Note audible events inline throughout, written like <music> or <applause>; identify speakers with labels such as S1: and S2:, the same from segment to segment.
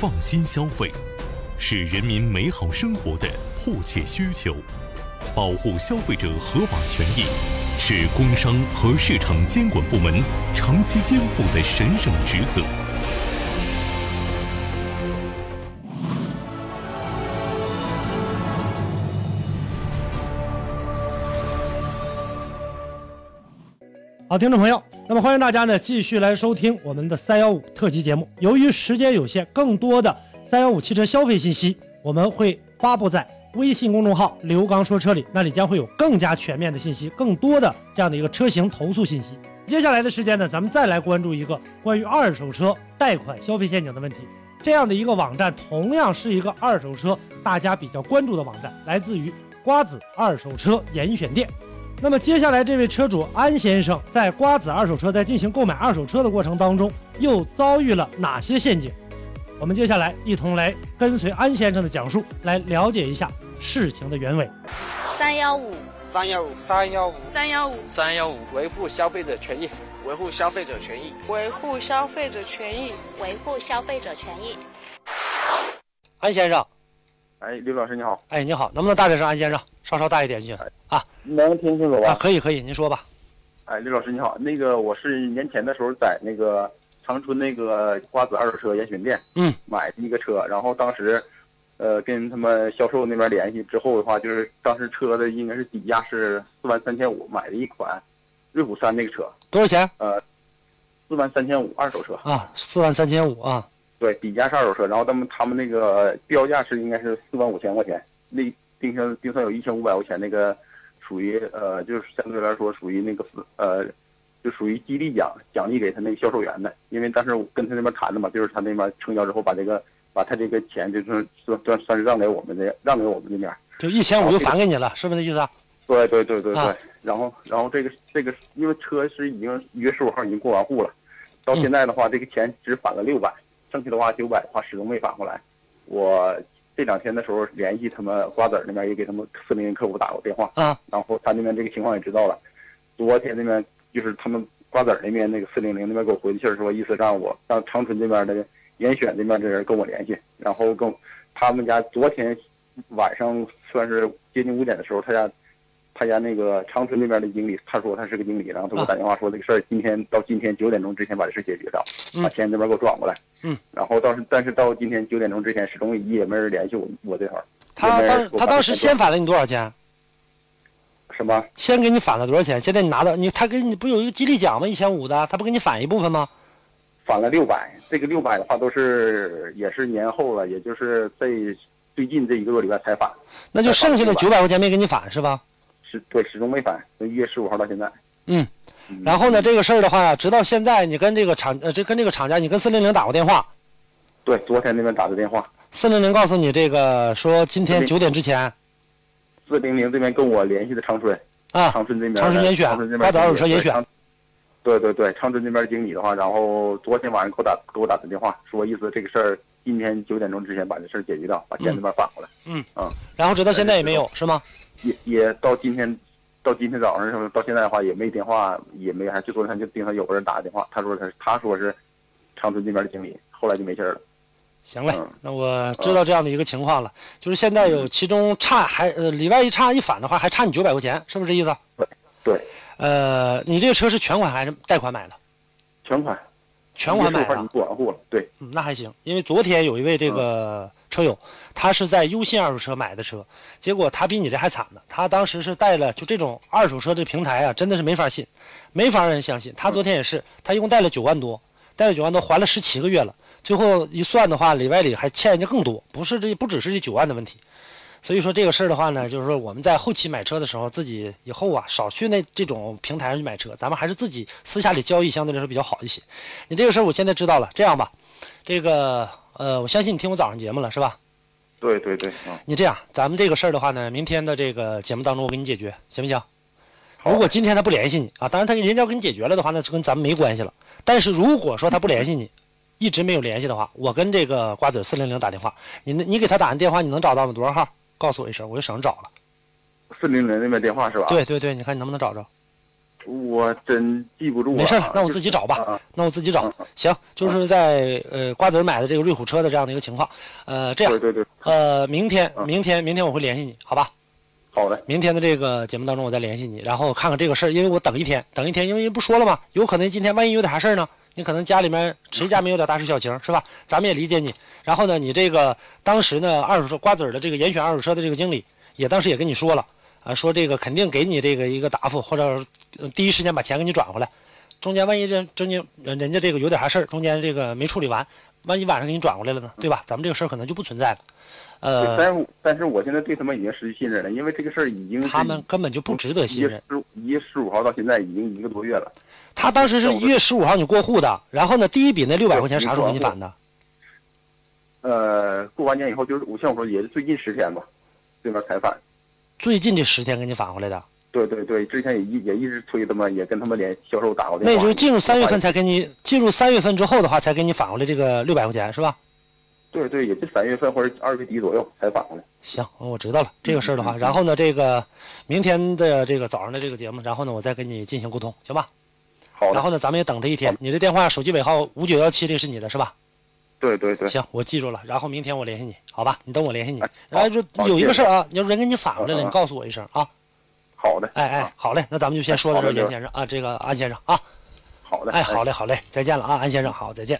S1: 放心消费，是人民美好生活的迫切需求。保护消费者合法权益，是工商和市场监管部门长期肩负的神圣职责。
S2: 好，听众朋友，那么欢迎大家呢继续来收听我们的三幺五特辑节目。由于时间有限，更多的三幺五汽车消费信息我们会发布在微信公众号“刘刚说车”里，那里将会有更加全面的信息，更多的这样的一个车型投诉信息。接下来的时间呢，咱们再来关注一个关于二手车贷款消费陷阱的问题。这样的一个网站，同样是一个二手车大家比较关注的网站，来自于瓜子二手车严选店。那么接下来，这位车主安先生在瓜子二手车在进行购买二手车的过程当中，又遭遇了哪些陷阱？我们接下来一同来跟随安先生的讲述，来了解一下事情的原委。
S3: 三幺五，
S4: 三幺五，
S5: 三幺五，
S3: 三幺五，
S6: 三幺五，
S4: 维护消费者权益，
S5: 维护消费者权益。
S7: 维护消费者权益，
S3: 维护消费者权益。
S2: 安先生，
S8: 哎，刘老师你好，
S2: 哎，你好，能不能大点声？安先生，稍稍大一点去
S8: 能听清楚
S2: 啊，
S8: 吧？
S2: 可以，可以，您说吧。
S8: 哎，刘老师你好，那个我是年前的时候在那个长春那个瓜子二手车严选店，
S2: 嗯，
S8: 买的一个车，然后当时，呃，跟他们销售那边联系之后的话，就是当时车的应该是底价是四万三千五，买的一款瑞虎三那个车，呃
S2: 多少钱
S8: 四万三千五二手车，
S2: 啊？四万三千五啊？
S8: 对，底价是二手车，然后他们他们那个标价是应该是四万五千块钱，那定算定算有一千五百块钱那个，属于呃就是相对来说属于那个呃，就属于激励奖奖励给他那个销售员的，因为当时我跟他那边谈的嘛，就是他那边成交之后把这个把他这个钱就是算算算是让给我们这让给我们这边，
S2: 就一千五就返给你了，是不是那意思啊？
S8: 对对对对对，
S2: 啊
S8: 然后然后这个这个因为车是已经一月十五号已经过完户了，到现在的话，这个钱只返了六百，剩下的话九百的话始终没返回来。我这两天的时候联系他们瓜子儿那边也给他们四零零客服打过电话，
S2: 啊，
S8: 然后他那边这个情况也知道了。昨天那边就是他们瓜子儿那边那个四零零那边给我回信儿说，意思让我让长春这边的严选这边的人跟我联系，然后跟我他们家昨天晚上算是接近五点的时候，他家他家那个长春那边的经理，他说他是个经理，然后
S2: 啊
S8: 他给我打电话说这个事儿今天到今天九点钟之前把这事解决掉，
S2: 嗯
S8: 把钱这边给我转过来。
S2: 嗯，
S8: 然后到是但是到今天九点钟之前始终也没人联系我我这头儿。
S2: 他
S8: 也没人
S2: 当
S8: 给我
S2: 他
S8: 打
S2: 当时
S8: 电话
S2: 先返了你多少钱？
S8: 什么？
S2: 先给你返了多少钱？现在你拿到你他给你不有一个激励奖吗？一千五的，他不给你返一部分吗？
S8: 返了六百，这个六百的话都是也是年后了，也就是这最近这一个多礼拜才返，
S2: 那就剩下的九百块钱没给你返是吧？
S8: 始对始终没返，从一月十五号到现在。
S2: 嗯，然后呢，这个事儿的话呀，直到现在你跟这个厂呃，这跟这个厂家，你跟四零零打过电话，
S8: 对，昨天那边打的电话，
S2: 四零零告诉你这个说今天
S8: 对
S2: 九点之前
S8: 四零零这边跟我联系的长春，
S2: 啊，
S8: 长春这边的，
S2: 长春严选
S8: 长春这
S2: 八
S8: 边
S2: 达二手车严选
S8: 对。长对对对，长春这边经理的话，然后昨天晚上给我打给我打的电话，说意思这个事儿今天九点钟之前把这事儿解决掉，把钱这边返过来。
S2: 然后直到现在也没有是吗？
S8: 也也到今天，到今天早上什么到现在的话也没电话，也没啥，就昨天就经常有个人打个电话，他说他他说是长春这边的经理，后来就没信儿了。
S2: 行嘞
S8: 嗯，
S2: 那我知道这样的一个情况了，就是现在有其中差还呃里外一差一返的话，还差你九百块钱，是不是这意思？
S8: 对，
S2: 呃，你这个车是全款还是贷款买的？
S8: 全款，
S2: 全款买
S8: 一月十五
S2: 的
S8: 号已经。过完户了。对，
S2: 嗯，那还行，因为昨天有一位这个车友，他是在优信二手车买的车，结果他比你这还惨呢。他当时是带了就这种二手车这平台啊，真的是没法信，没法让人相信。他昨天也是，他一共带了九万多，带了九万多，还了十七个月了。最后一算的话，里外里还欠人家更多，不是这不只是这九万的问题。所以说这个事儿的话呢，就是说我们在后期买车的时候，自己以后啊少去那这种平台上去买车，咱们还是自己私下里交易相对来说比较好一些。你这个事儿我现在知道了，这样吧，这个呃，我相信你听我早上节目了是吧？
S8: 对对对，嗯，
S2: 你这样，咱们这个事儿的话呢，明天的这个节目当中我给你解决，行不行？
S8: 好
S2: 如果今天他不联系你啊，当然他人家要跟你解决了的话，那就跟咱们没关系了。但是如果说他不联系你，一直没有联系的话，我跟这个瓜子四零零打电话，你那你给他打完电话，你能找到吗？多少号？告诉我一声，我就省找了。
S8: 四零零那边电话是吧？，
S2: 对对对，你看你能不能找着？
S8: 我真记不住了啊。
S2: 没事了，那我自己找吧，
S8: 啊
S2: 那我自己找。行，就是在呃瓜子儿买的这个瑞虎车的这样的一个情况，呃，这
S8: 对
S2: 样，
S8: 对对，
S2: 呃，明天
S8: 嗯
S2: 明天明天我会联系你，好吧？
S8: 好的，
S2: 明天的这个节目当中我再联系你，然后看看这个事儿，因为我等一天，等一天，因为人不说了嘛，有可能今天万一有点啥事儿呢？你可能家里面谁家没有点大事小情是吧？咱们也理解你。然后呢，你这个当时呢二手车瓜子儿的这个严选二手车的这个经理也当时也跟你说了啊，说这个肯定给你这个一个答复，或者呃第一时间把钱给你转回来。中间万一人中间人人家这个有点啥事儿，中间这个没处理完，万一晚上给你转过来了呢，对吧？咱们这个事儿可能就不存在了。
S8: 对
S2: 呃，
S8: 但是但是我现在对他们已经失去信任了，因为这个事儿已经是
S2: 他们根本就不值得
S8: 一
S2: 信任
S8: 月。十五一月十五号到现在已经一个多月了，
S2: 他当时是一月十五号你过户的，然后呢，第一笔那六百块钱
S8: 对
S2: 啥时候给你返的？
S8: 呃，过完年以后就是我像我说也是最近十天吧，这边才返。
S2: 最近这十天给你返回来的，
S8: 对对对，之前也一也一直催他们，也跟他们联销售打过电
S2: 那也
S8: 话。
S2: 就是进入三月份才给你进入三月份之后的话，才给你返回来这个六百块钱是吧？
S8: 对对，也就三月份或者二月底左右才返回来。
S2: 行，我知道了这个事儿的话，
S8: 嗯嗯
S2: 然后呢，这个明天的这个早上的这个节目，然后呢，我再跟你进行沟通，行吧？
S8: 好
S2: 然
S8: 的，
S2: 后呢，咱们也等他一天。你的电话手机尾号五九幺七，这是你的是吧？
S8: 对对对，
S2: 行，我记住了。然后明天我联系你，好吧？你等我联系你
S8: 哎。
S2: 然后
S8: 好
S2: 就
S8: 好
S2: 有一
S8: 谢
S2: 个
S8: 谢
S2: 事儿啊，你要是人给你返回来了，
S8: 嗯嗯
S2: 你告诉我一声啊。
S8: 好的，
S2: 哎哎
S8: 啊，，
S2: 好嘞，那咱们就先说到这儿，
S8: 好嘞
S2: 严先生啊，这个安先生啊，
S8: 好的，
S2: 哎，好嘞，好嘞，再见了啊，安先生，好，再见。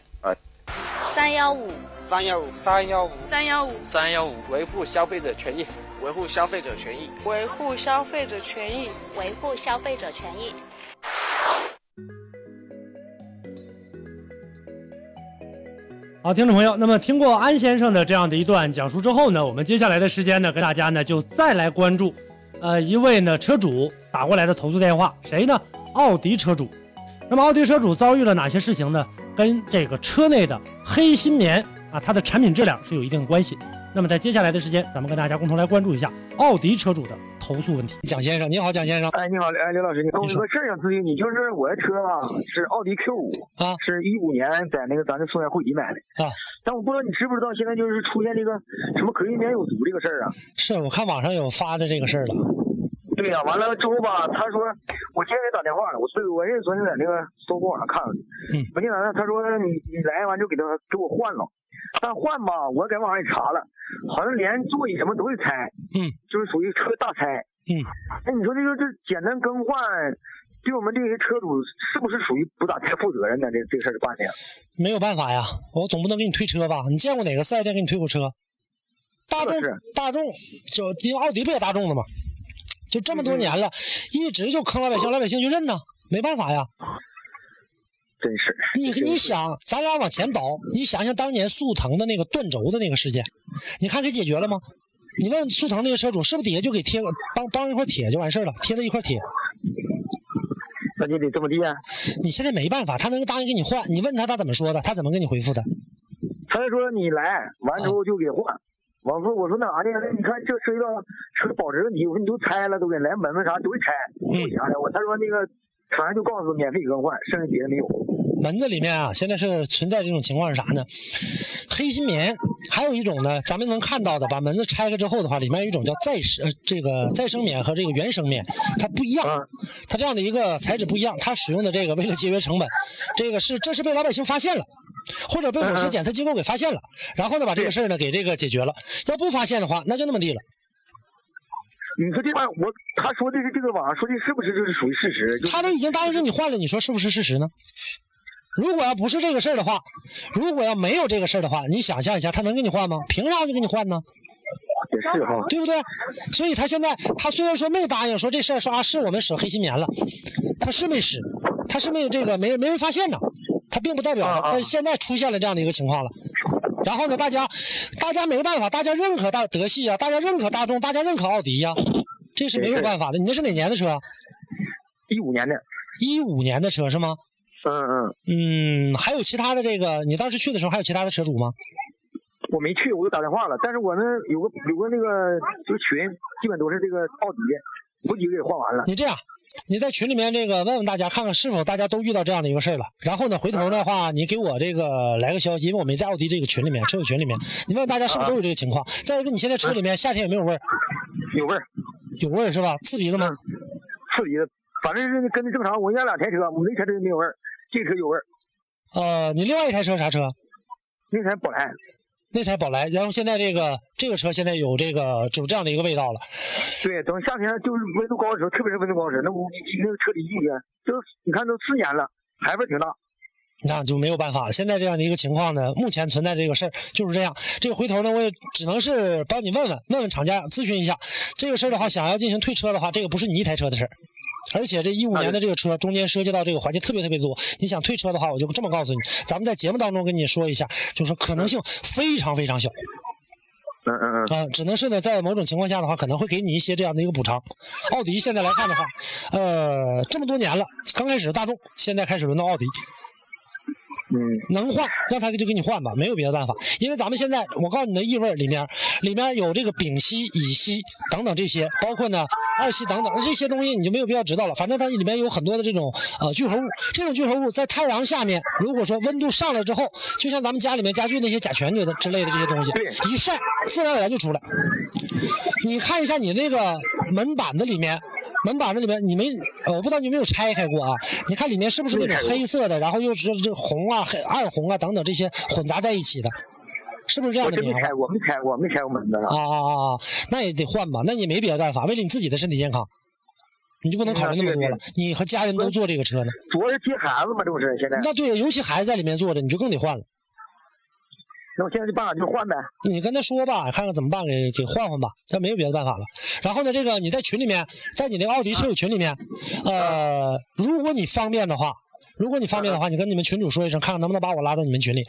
S3: 三幺五
S9: 三幺五
S5: 三幺五
S7: 三幺五，
S5: 三幺五
S9: 维护消费者权益，
S5: 维护消费者权益。
S7: 维护消费者权益。
S3: 维护消费者权益。
S10: 好，听众朋友，那么听过安先生的这样的一段讲述之后呢，我们接下来的时间呢，跟大家呢就再来关注，呃，一位呢车主打过来的投诉电话，谁呢？奥迪车主。那么奥迪车主遭遇了哪些事情呢？跟这个车内的黑心棉啊，它的产品质量是有一定关系。那么在接下来的时间，咱们跟大家共同来关注一下奥迪车主的投诉问题。蒋先生，你好，蒋先生。
S11: 哎，你好，哎，刘老师，你好，
S10: 你
S11: 我
S10: 说
S11: 有个事儿想咨询你，就是我的车啊是奥迪 Q 五
S10: 啊
S11: 是一五年在那个咱这松原惠集买的
S10: 啊，
S11: 但我不知道你知不知道，现在就是出现这个什么隔音棉有毒这个事儿啊。
S2: 是我看网上有发的这个事儿了，
S11: 对哎呀、完了之后吧，他说我今天给打电话了，我所以我认识昨天在那个搜狐网上看了，
S2: 嗯
S11: 我今天早上他说你你来完就给他给我换了，但换吧，我在网上也查了，好像连座椅什么都得拆，
S2: 嗯，
S11: 就是属于车大拆，
S2: 嗯，
S11: 那你说这个这简单更换。对我们这些车主是不是属于不咋太负责任呢？这这事儿办的呀？啊
S2: 没有办法呀，我总不能给你退车吧？你见过哪个四 S 店给你退过车？大众
S11: 是是，
S2: 大众就因为奥迪不也大众的吗？就这么多年了，一直就坑老百姓，老百姓就认呐，没办法呀。
S11: 真是
S2: 你你想，咱俩往前倒，你想想当年速腾的那个断轴的那个事件，你看给解决了吗？你问速腾那个车主，是不是底下就给贴个帮帮一块铁就完事儿了，贴了一块铁？
S11: 那就得这么地啊。
S2: 你现在没办法，他能答应给你换，你问他他怎么说的，他怎么跟你回复的？
S11: 他就说你来完之后就给换。完后我说那啥呢？你看这涉及到车保值问题，我说你都拆了，都给连门子啥都给拆，不行了。我他说那个反正就告诉免费更换，剩下别的没有。
S2: 门子里面啊，现在是存在这种情况是啥呢？黑心棉，还有一种呢，咱们能看到的，把门子拆开之后的话，里面有一种叫再生、呃、这个再生棉和这个原生棉，它不一样
S11: 嗯，
S2: 它这样的一个材质不一样，它使用的这个为了节约成本，这个是这是被老百姓发现了。或者被某些检测机构给发现了，然后呢，把这个事儿呢给这个解决了。要不发现的话，那就那么地了。
S11: 你说这玩意儿，我他说的是这个网上说的是不是就是属于事实？就
S2: 他都已经答应跟你换了，你说是不是事实呢？如果要不是这个事儿的话，如果要没有这个事儿的话，你想象一下，他能给你换吗？凭啥就给你换呢？
S11: 也是哈。
S2: 对不对？所以他现在，他虽然说没答应，说这事儿说啊是我们使黑心棉了，他是没使，他是没有这个没没人发现呢，他并不代表
S11: 啊啊，
S2: 但是现在出现了这样的一个情况了。然后呢，大家，大家没办法，大家认可大德系啊，大家认可大众，大家认可奥迪呀、这是没有办法的。你那是哪年的车？啊
S11: 一五年的，
S2: 一五年的车是吗？
S11: 嗯嗯，
S2: 嗯，还有其他的这个，你当时去的时候还有其他的车主吗？
S11: 我没去，我就打电话了。但是我们有个有个那个就是群，基本都是这个奥迪的，我几个给换完了。
S2: 你这样，你在群里面这个问问大家，看看是否大家都遇到这样的一个事儿了。然后呢，回头的话，你给我这个来个消息，因为我没在奥迪这个群里面，车友群里面，你问问大家是不是都有这个情况。再一个，你现在车里面夏天有没有味儿？
S11: 有味儿，
S2: 有味儿是吧？刺鼻子吗？
S11: 刺鼻的，
S8: 反正是跟着正常。我家俩台车，我那台车没有味儿，这车有味儿，
S2: 呃，你另外一台车啥车？
S8: 那台宝来。
S2: 那台宝来，然后现在这个这个车现在有这个有这样的一个味道了。
S8: 对，等夏天就是温度高的时候，特别是温度高的时候，那屋那个车里一烟，就是你看都四年了，还味儿挺大。
S2: 那就没有办法了。现在这样的一个情况呢，目前存在这个事儿就是这样。这个回头呢，我也只能是帮你问问问问厂家，咨询一下这个事儿的话，想要进行退车的话，这个不是你一台车的事儿。而且这一五年的这个车中间涉及到这个环节特别特别多，你想退车的话，我就这么告诉你，咱们在节目当中跟你说一下，就是可能性非常非常小。
S8: 嗯嗯嗯，
S2: 啊、只能是呢，在某种情况下的话，可能会给你一些这样的一个补偿。奥迪现在来看的话，呃，这么多年了，刚开始是大众，现在开始轮到奥迪，
S8: 嗯，
S2: 能换让他就给你换吧，没有别的办法。因为咱们现在，我告诉你的异味儿里面，里面有这个丙烯、乙烯等等这些，包括呢二烯等等这些东西，你就没有必要知道了。反正它里面有很多的这种呃聚合物，这种聚合物在太阳下面，如果说温度上来之后，就像咱们家里面家具那些甲醛之类的之类的这些东西，一晒自然而然就出来。你看一下你那个门板子里面。门板子里面，你没，呃我不知道你有没有拆开过啊？你看里面是不是那种黑色的，然后又是这红啊、黑暗红啊等等这些混杂在一起的，是不是这样
S8: 我
S2: 的
S8: 真
S2: 棉
S8: 没
S2: 花？
S8: 开过，没开过，没开过门子了。
S2: 啊啊啊！啊！那也得换吧，那也没别的办法，为了你自己的身体健康，你就不能考虑那么多了。你和家人都坐这个车呢，
S8: 主要是接孩子嘛，这不是现在。
S2: 那对，尤其孩子在里面坐着，你就更得换了。
S8: 那我现在就办法就换呗。
S2: 你跟他说吧，看看怎么办，给给换换吧，这没有别的办法了。然后呢，这个你在群里面，在你那个奥迪车友群里面，呃，如果你方便的话，如果你方便的话，你跟你们群主说一声，看看能不能把我拉到你们群里。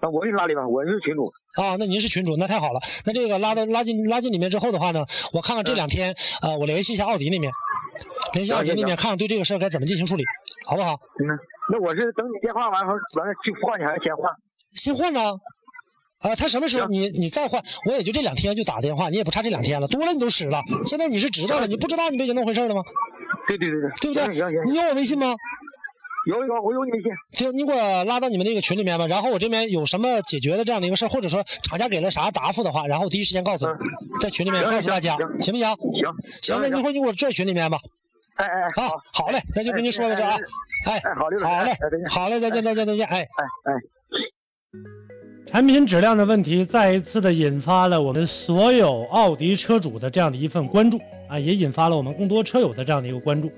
S8: 那我给你拉里吧，我是群主。
S2: 啊，那您是群主，那太好了。那这个拉到拉进拉进里面之后的话呢，我看看这两天，呃，我联系一下奥迪那边，联系奥迪那边
S8: 行行
S2: 看看对这个事儿该怎么进行处理，好不好？
S8: 嗯，那我是等你电话完了，完了去换去还是先换？
S2: 新换呢？啊，他什么时候
S8: 行
S2: 你你再换，我也就这两天就打电话，你也不差这两天了，多了你都使了。现在你是知道了，你不知道你不也就那么回事儿了吗？
S8: 对对对
S2: 对不
S8: 对，
S2: 对
S8: 行行行，
S2: 你有我微信吗？
S8: 有有我有你微信。
S2: 就你给我拉到你们那个群里面吧，然后我这边有什么解决的这样的一个事儿，或者说厂家给了啥答复的话，然后我第一时间告诉你，在群里面
S8: 嗯行
S2: 告诉大家，行
S8: 行
S2: 不行？
S8: 行
S2: 行，那
S8: 行
S2: 你一会儿你给我拽群里面吧。
S8: 哎哎哎，
S2: 啊，好嘞，那就跟您说到这啊，哎，
S8: 哎好刘老师
S2: 好嘞
S8: 哎再见，
S2: 好嘞，再见，再见，再见，哎。
S8: 哎哎。
S12: 产品质量的问题再一次的引发了我们所有奥迪车主的这样的一份关注啊，也引发了我们更多车友的这样的一个关注。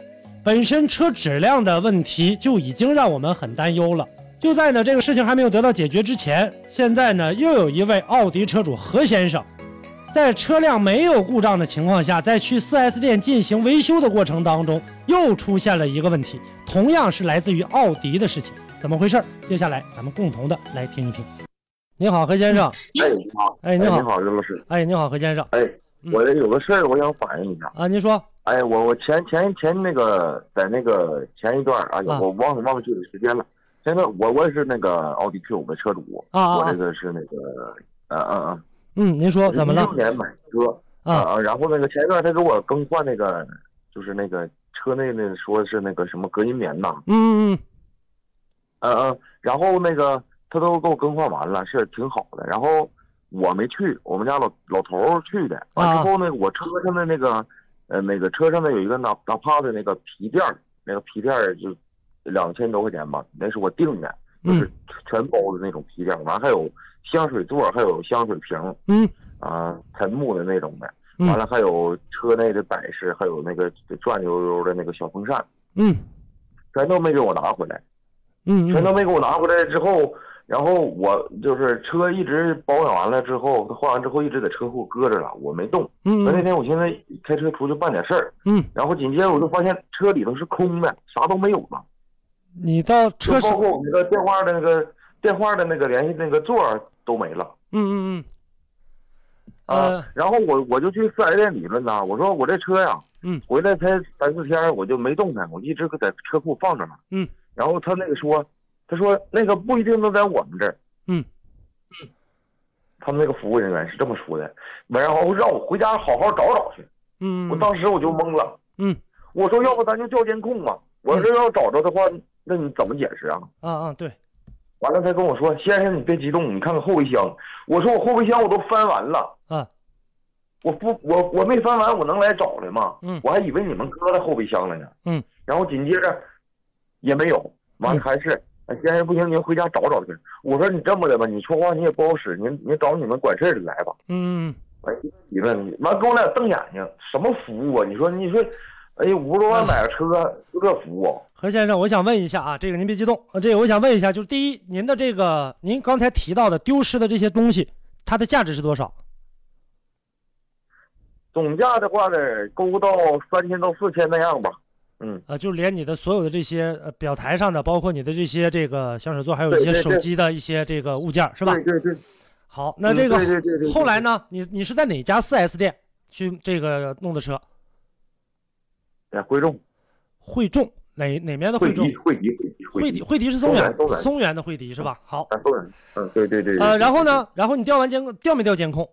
S12: 本身车质量的问题就已经让我们很担忧了。就在呢这个事情还没有得到解决之前，现在呢又有一位奥迪车主何先生，在车辆没有故障的情况下，在去 4S 店进行维修的过程当中，又出现了一个问题，同样是来自于奥迪的事情，怎么回事儿？接下来咱们共同的来听一听。你好，何先生。
S11: 哎，你好，
S12: 哎你
S11: 你
S12: 好
S11: 好，刘老师，
S12: 哎，你好，何先生。
S11: 哎
S12: 嗯，
S11: 我这有个事儿，我想反映一下。
S12: 啊，您说
S11: 哎，我我前前前那个在那个前一段儿，哎呀
S12: 啊，
S11: 我忘了忘了具体时间了。现在我我也是那个奥迪 Q 五的车主，
S12: 啊啊
S11: 哎我
S12: 啊
S11: 这个是那个，呃呃呃，
S12: 嗯，您说怎么了
S11: 16？年买车
S12: 啊
S11: 呃然后那个前一段他给我更换那个，就是那个车内那说是那个什么隔音棉呐，
S12: 嗯嗯
S11: 嗯嗯，然后那个他都给我更换完了，是挺好的。然后我没去，我们家老老头儿去的。完
S12: 啊
S11: 之后呢，我车上的那个呃那个车上的有一个哪哪怕的那个皮垫儿，那个皮垫儿就两千多块钱吧，那是我定的，就
S12: 嗯
S11: 是全包的那种皮垫儿。完还有香水座儿，还有香水瓶儿
S12: 嗯
S11: 啊，沉木的那种的。
S12: 嗯
S11: 完了还有车内的摆饰，还有那个转悠悠的那个小风扇，
S12: 嗯
S11: 全都没给我拿回来。
S12: 嗯
S11: 全
S12: 嗯
S11: 都没给我拿回来之后，然后我就是车一直保养完了之后，换完之后一直在车库搁着了，我没动。那那
S12: 嗯
S11: 天我现在开车出去办点事儿，
S12: 嗯，
S11: 然后紧接着我就发现车里头是空的，啥都没有了，
S12: 你到
S11: 就
S12: 车
S11: 包
S12: 上，
S11: 括我那个电话的那个电话的那个联系那个座儿都没了。
S12: 嗯嗯
S11: 啊
S12: 呃，
S11: 然后我我就去四 S 店理论呐，我说我这车呀，
S12: 嗯，
S11: 回来才三四天，我就没动弹，我一直在车库放着呢，
S12: 嗯，
S11: 然后他那个说，他说那个不一定能在我们这儿，
S12: 嗯
S11: 他们那个服务人员是这么说的，然后让我回家好好找找去，
S12: 嗯，
S11: 我当时我就懵了，
S12: 嗯，
S11: 我说要不咱就调监控吧，我说要找着的话，那你怎么解释啊？
S12: 啊啊对，
S11: 完了，他跟我说：“先生，你别激动，你看看后备箱。”我说：“我后备箱我都翻完了。”
S12: 啊，
S11: 我不我我没翻完，我能来找来吗？
S2: 嗯
S11: 我还以为你们搁在后备箱了呢。
S2: 嗯，
S11: 然后紧接着也没有，完
S12: 嗯
S11: 了还是。哎先生不行，您回家找找去。我说你这么的吧，你说话你也不好使，您您找你们管事儿的来吧。
S2: 嗯，
S11: 你问，完跟我俩瞪眼睛，什么服务啊？你说你说，哎呀，五十多万买个车，就这服务？
S2: 何先生，我想问一下啊，这个您别激动，呃这个我想问一下，就是第一，您的这个您刚才提到的丢失的这些东西，它的价值是多少？
S11: 总价的话得勾到三千到四千那样吧。嗯，
S2: 呃，就是连你的所有的这些呃表台上的，包括你的这些这个香水座，还有一些
S11: 对对
S2: 手
S11: 对
S2: 机的一些这个物件儿，是吧
S11: 对？对对，
S2: 好，那
S11: 嗯
S2: 这个
S11: 对对对对对
S2: 后来呢？你你是在哪家 4S 店去这个弄的车？
S11: 哎，回众，
S2: 汇众哪哪边的
S11: 汇
S2: 汇众
S11: 集，？汇集，汇集，
S2: 汇
S11: 集
S2: 迪，，汇迪是松原，
S11: 松原松原
S2: 松原的汇迪是吧？好，
S11: 啊，都人，嗯，对对对。
S2: 呃，
S11: 对
S2: 然后？呢？然后你调完监控，调没调监控？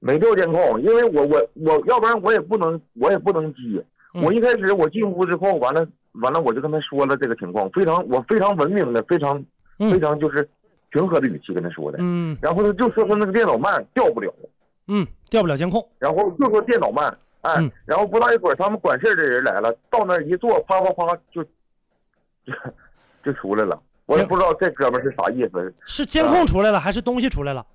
S11: 没调监控，因为我我我，要不然我也不能我也不能接。
S2: 嗯
S11: 我一开始我进屋之后，完了完了，我就跟他说了这个情况，非常我非常文明的，非常
S2: 嗯
S11: 非常就是平和的语气跟他说的。
S2: 嗯
S11: 然后他就说他那个电脑慢，调不了。
S2: 嗯，调不了监控。
S11: 然后就说电脑慢，哎，
S2: 嗯
S11: 然后不大一会儿他们管事儿的人来了，到那儿一坐，啪啪啪就 <laughs> 就就出来了。我也
S2: 行
S11: 不知道这哥们儿是啥意思，
S2: 是监
S11: 啊
S2: 控出来了，还是东西出来了？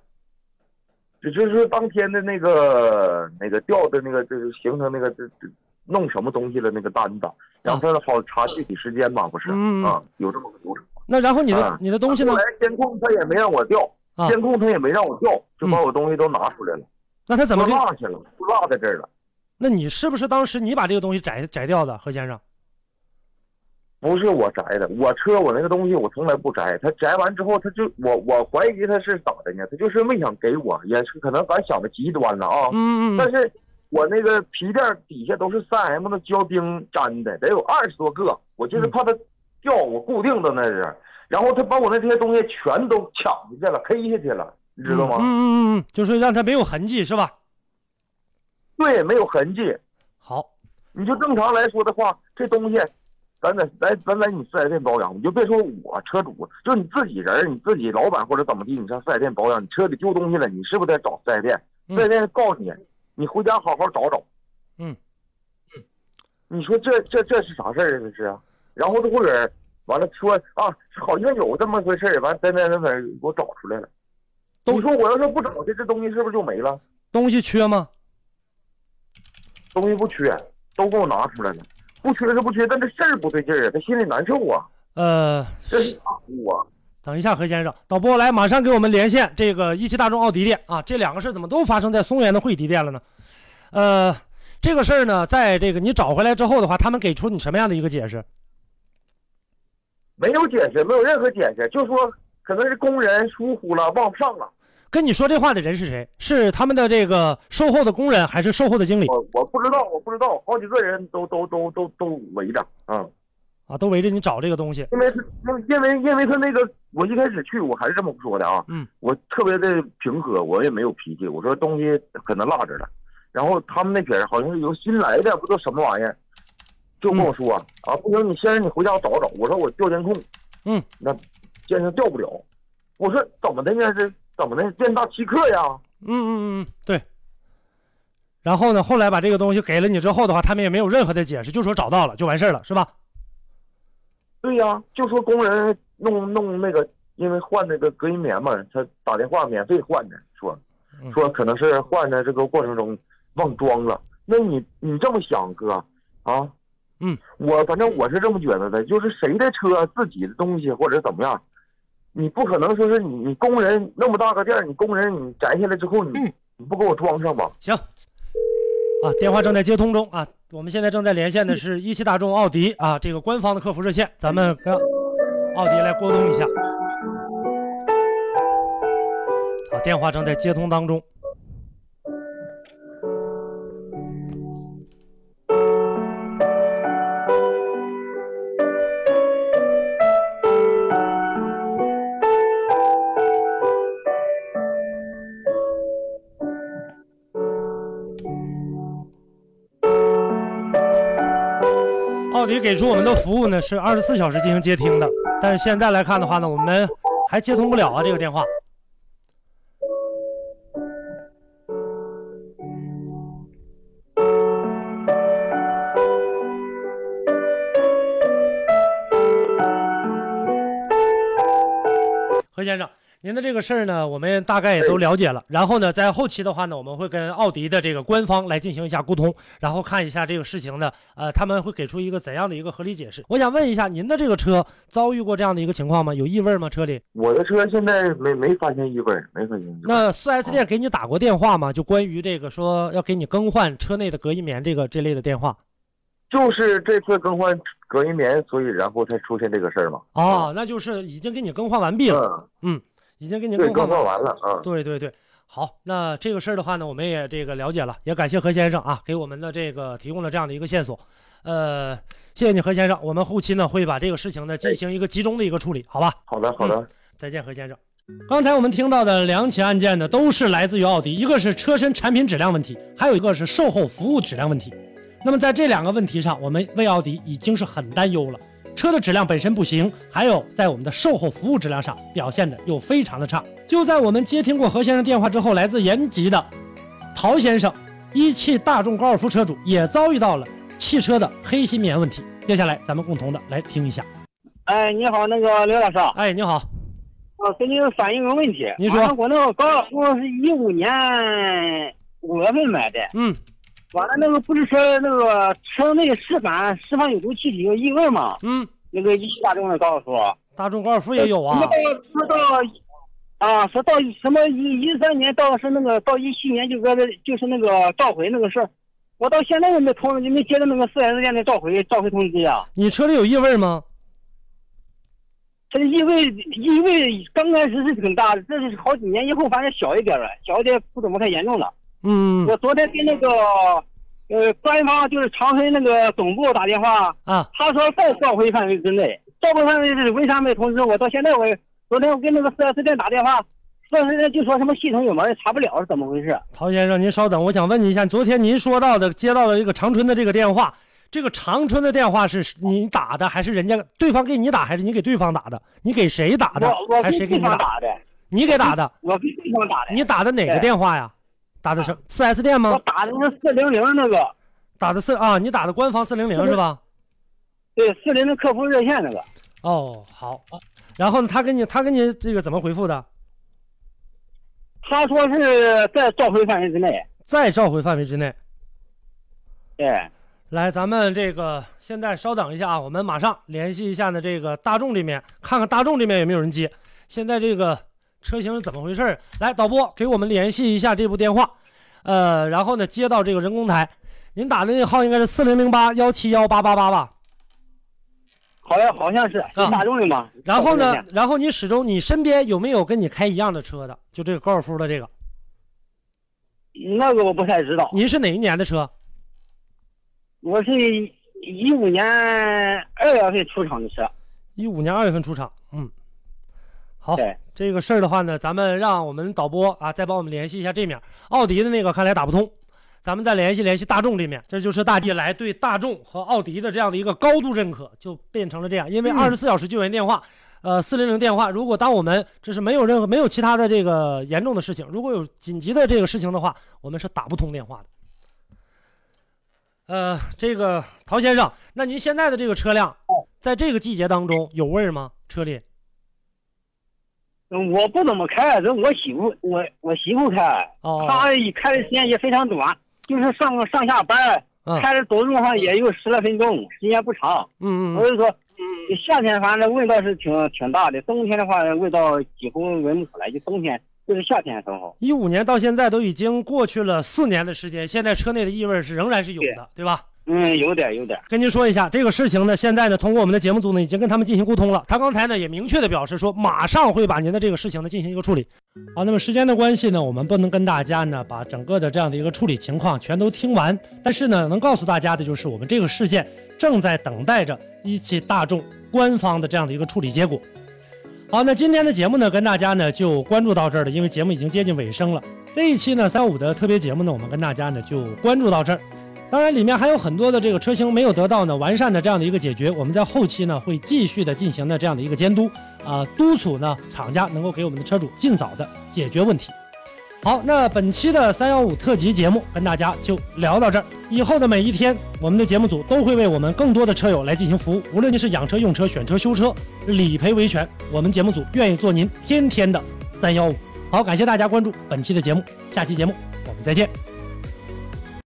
S11: 就就是当天的那个那个调的那个就是形成那个这这弄什么东西了那个单子，然后他好查具体时间嘛，不是
S2: 啊嗯
S11: 啊，有这么个流程。
S2: 那然后你的
S11: 啊
S2: 你的东西呢
S11: 后？来监控他也没让我调
S2: 啊，
S11: 监控他也没让我调，就把
S2: 嗯
S11: 我东西都拿出来了，
S2: 那他怎么
S11: 都
S2: 给？
S11: 落下了，都落在这儿了。
S2: 那你是不是当时你把这个东西摘摘掉的，何先生？
S11: 不是我摘的，我车我那个东西我从来不摘。他摘完之后，他就我我怀疑他是咋的呢？他就是没想给我，也是可能咱想的极端了啊。
S2: 嗯嗯
S11: 但
S2: 嗯，
S11: 是我那个皮垫底下都是三 M 的胶钉粘的，得有二十多个。我
S2: 嗯
S11: 就是怕它掉，我固定到那儿。啊然后他把我那些东西全都抢进去了，黑下去了，你知道
S2: 嗯
S11: 吗？
S2: 嗯嗯嗯，就是让他没有痕迹是吧？
S11: 对，没有痕迹。
S2: 好，
S11: 你就正常来说的话，这东西，咱在咱咱在你四 S 店保养，你就别说我车主，就你自己人儿，你自己老板或者怎么地，你上四 S 店保养，你车里丢东西了，你是不是得找四 S 店？
S2: 嗯
S11: 四 S 店告诉你，你回家好好找找。
S2: 嗯
S11: 嗯，你说这这这是啥事儿啊？这是啊，然后这或者完了说啊，好像有这么回事儿，完在那那哪儿给我找出来了。
S2: 都
S11: 你说我要是不找去，这东西是不是就没了？
S2: 东西缺吗？
S11: 东西不缺，都给我拿出来了。不缺是不缺，但这事儿不对劲儿啊，他心里难受啊，
S2: 呃，
S11: 这是大哭啊。
S2: 等一下，何先生，导播来，马上给我们连线这个一汽大众奥迪店啊！这两个事儿怎么都发生在松原的惠迪店了呢？呃，这个事儿呢，在这个你找回来之后的话，他们给出你什么样的一个解释？
S11: 没有解释，没有任何解释，就说可能是工人疏忽了，忘上了。
S2: 跟你说这话的人是谁？是他们的这个售后的工人，还是售后的经理
S11: 我我不知道，我不知道，好几个人都都都都都围着，嗯，
S2: 啊？都围着你找这个东西。
S11: 因为是因为因为他那个，我一开始去我还是这么说的啊，
S2: 嗯，
S11: 我特别的平和，我也没有脾气，我说东西可能落着了，然后他们那边好像是有新来的，不知道什么玩意儿，就跟我说、啊，不行，你先生你回家找找，我说我调监控，
S2: 嗯，
S11: 那先生调不了，我说怎么的呢？这怎么的？店大欺客呀？
S2: 嗯嗯嗯，嗯，对。然后呢，后来把这个东西给了你之后的话，他们也没有任何的解释，就说找到了就完事儿了，是吧？
S11: 对呀、就说工人弄弄那个，因为换那个隔音棉嘛，他打电话免费换的，说
S2: 嗯
S11: 说可能是换的这个过程中忘装了。那你你这么想，哥啊？
S2: 嗯，
S11: 我反正我是这么觉得的，就是谁的车、自己的东西或者怎么样，你不可能说是你你工人那么大个店儿，你工人你摘下来之后，
S2: 嗯
S11: 你、你不给我装上吧？
S2: 行，啊，电话正在接通中啊，我们现在正在连线的是一汽大众奥迪啊，这个官方的客服热线，咱们跟奥迪来沟通一下。好，电话正在接通当中。奥迪给出我们的服务呢是二十四小时进行接听的，但是现在来看的话呢，我们还接通不了啊这个电话。先生，您的这个事儿呢，我们大概也都了解了。然后呢，在后期的话呢，我们会跟奥迪的这个官方来进行一下沟通，然后看一下这个事情呢，呃，他们会给出一个怎样的一个合理解释。我想问一下，您的这个车遭遇过这样的一个情况吗？有异味吗？车里？
S11: 我的车现在没没发现异味儿，没发现异味儿。
S2: 那 4S 店给你打过电话吗？就关于这个说要给你更换车内的隔音棉这个这类的电话？
S11: 就是这次更换隔音棉，所以然后才出现这个事儿嘛。
S2: 哦，那就是已经给你更换完毕了，
S11: 嗯，
S2: 嗯，已经给你
S11: 对，
S2: 更
S11: 更
S2: 换
S11: 换
S2: 完。
S11: 完了啊。
S2: 对对对，好，那这个事儿的话呢，我们也这个了解了，也感谢何先生啊，给我们的这个提供了这样的一个线索，呃，谢谢你何先生，我们后期呢会把这个事情呢进行一个集中的一个处理，好吧？
S11: 好的，好的。
S13: 嗯
S2: 再见，何先生。刚才我们听到的两起案件呢，都是来自于奥迪，一个是车身产品质量问题，还有一个是售后服务质量问题。那么在这两个问题上，我们为奥迪已经是很担忧了，车的质量本身不行，还有在我们的售后服务质量上表现的又非常的差。就在我们接听过何先生电话之后，来自延吉的陶先生，一汽大众高尔夫车主也遭遇到了汽车的黑心棉问题。接下来咱们共同的来听一下。
S13: 哎，你好，那个刘老师啊，
S2: 哎，你好，
S13: 我跟您反映个问题。
S2: 您说
S13: 完了啊我那个高尔夫是一五年五月份买的，
S2: 嗯，
S13: 完了那个不是说那个车内湿反湿反有毒气体有异味吗？
S2: 嗯，
S13: 那个一汽大众的高尔夫，
S2: 大众高尔夫也有啊。
S13: 说到啊，说到什么一一三年到是那个到一七年就搁这就是那个召回那个事儿，我到现在也没通知，没接到那个四 S 店的召回召回通知呀、
S2: 你车里有异味吗？
S13: 它的异味异味刚开始是挺大的，这是好几年以后反正小一点了，小一点不怎么太严重了。
S2: 嗯
S13: 我昨天跟那个呃官方就是长春那个总部打电话，
S2: 啊，
S13: 他说在召回范围之内，召回范围之内为啥没通知我？到现在我也昨天我跟那个四 S 店打电话，四 S 店就说什么系统有门查不了是怎么回事？
S2: 陶先生，您稍等，我想问您一下，昨天您说到的接到的这个长春的这个电话，这个长春的电话是你打的，还是人家对方给你打，还是你给对方打的？你给谁打的
S13: 我？我
S2: 还
S13: 跟
S2: 是谁给
S13: 对
S2: 你
S13: 方
S2: 打？
S13: 打的，
S2: 你给打的？
S13: 我跟对方打的，
S2: 你打的哪个电话呀？打的是四 S 店
S13: 我
S11: 啊
S2: 吗？
S13: 打的是四零零那个，
S2: 打的四啊，你打的官方四零零是吧？
S13: 对四零零客服热线那个。
S2: 哦，好。然后呢，他给你他给你这个怎么回复的？
S13: 他说是在召回范围之内。
S2: 在召回范围之内。
S13: 哎，
S2: 来，咱们这个现在稍等一下啊，我们马上联系一下呢，这个大众这边看看大众这边有没有人接。现在这个车型是怎么回事儿？来，导播给我们联系一下这部电话，呃，然后呢接到这个人工台，您打的那个号应该是四零零八幺七幺八八八吧？
S13: 好像好像是
S2: 啊
S13: 大众的嘛。
S2: 然后
S13: 召回
S2: 呢
S13: 热线，
S2: 然后你始终你身边有没有跟你开一样的车的？就这个高尔夫的这个，
S13: 那个我不太知道。
S2: 您是哪一年的车？
S13: 我是一五年二月份出厂的车。
S2: 一五年二月份出厂，嗯，好
S13: 对，
S2: 这个事儿的话呢，咱们让我们导播啊再帮我们联系一下这面，奥迪的那个看来打不通，咱们再联系联系大众这面，这就是大地来对大众和奥迪的这样的一个高度认可，就变成了这样，因为二十四小时救援电话。呃，四零零电话，如果当我们这是没有任何没有其他的这个严重的事情，如果有紧急的这个事情的话，我们是打不通电话的。呃，这个陶先生，那您现在的这个车辆，在这个季节当中有味儿吗？车里
S13: 嗯我不怎么开，这我媳妇我我媳妇开，
S2: 哦
S13: 她开的时间也非常短，就是上上下班，
S2: 嗯
S13: 开的走路上也有十来分钟，时间不长。
S2: 嗯嗯
S13: 所以说，夏天反正味道是挺挺大的，冬天的话味道几乎闻不出来，就冬天就是夏天的时候。
S2: 一五年到现在都已经过去了四年的时间，现在车内的异味是仍然是有的，对吧？
S13: 嗯，有点有点。
S2: 跟您说一下这个事情呢，现在呢，通过我们的节目组呢，已经跟他们进行沟通了。他刚才呢也明确的表示说，马上会把您的这个事情呢进行一个处理。好，那么时间的关系呢，我们不能跟大家呢把整个的这样的一个处理情况全都听完，但是呢，能告诉大家的就是，我们这个事件正在等待着一汽大众官方的这样的一个处理结果。好，那今天的节目呢，跟大家呢就关注到这儿了，因为节目已经接近尾声了。这一期呢三五的特别节目呢，我们跟大家呢就关注到这儿。当然，里面还有很多的这个车型没有得到呢完善的这样的一个解决，我们在后期呢会继续的进行呢这样的一个监督啊、督促呢厂家能够给我们的车主尽早的解决问题。好，那本期的三幺五特辑节目跟大家就聊到这儿。以后的每一天，我们的节目组都会为我们更多的车友来进行服务，无论您是养车、用车、选车、修车、理赔、维权，我们节目组愿意做您天天的三幺五。好，感谢大家关注本期的节目，下期节目我们再见。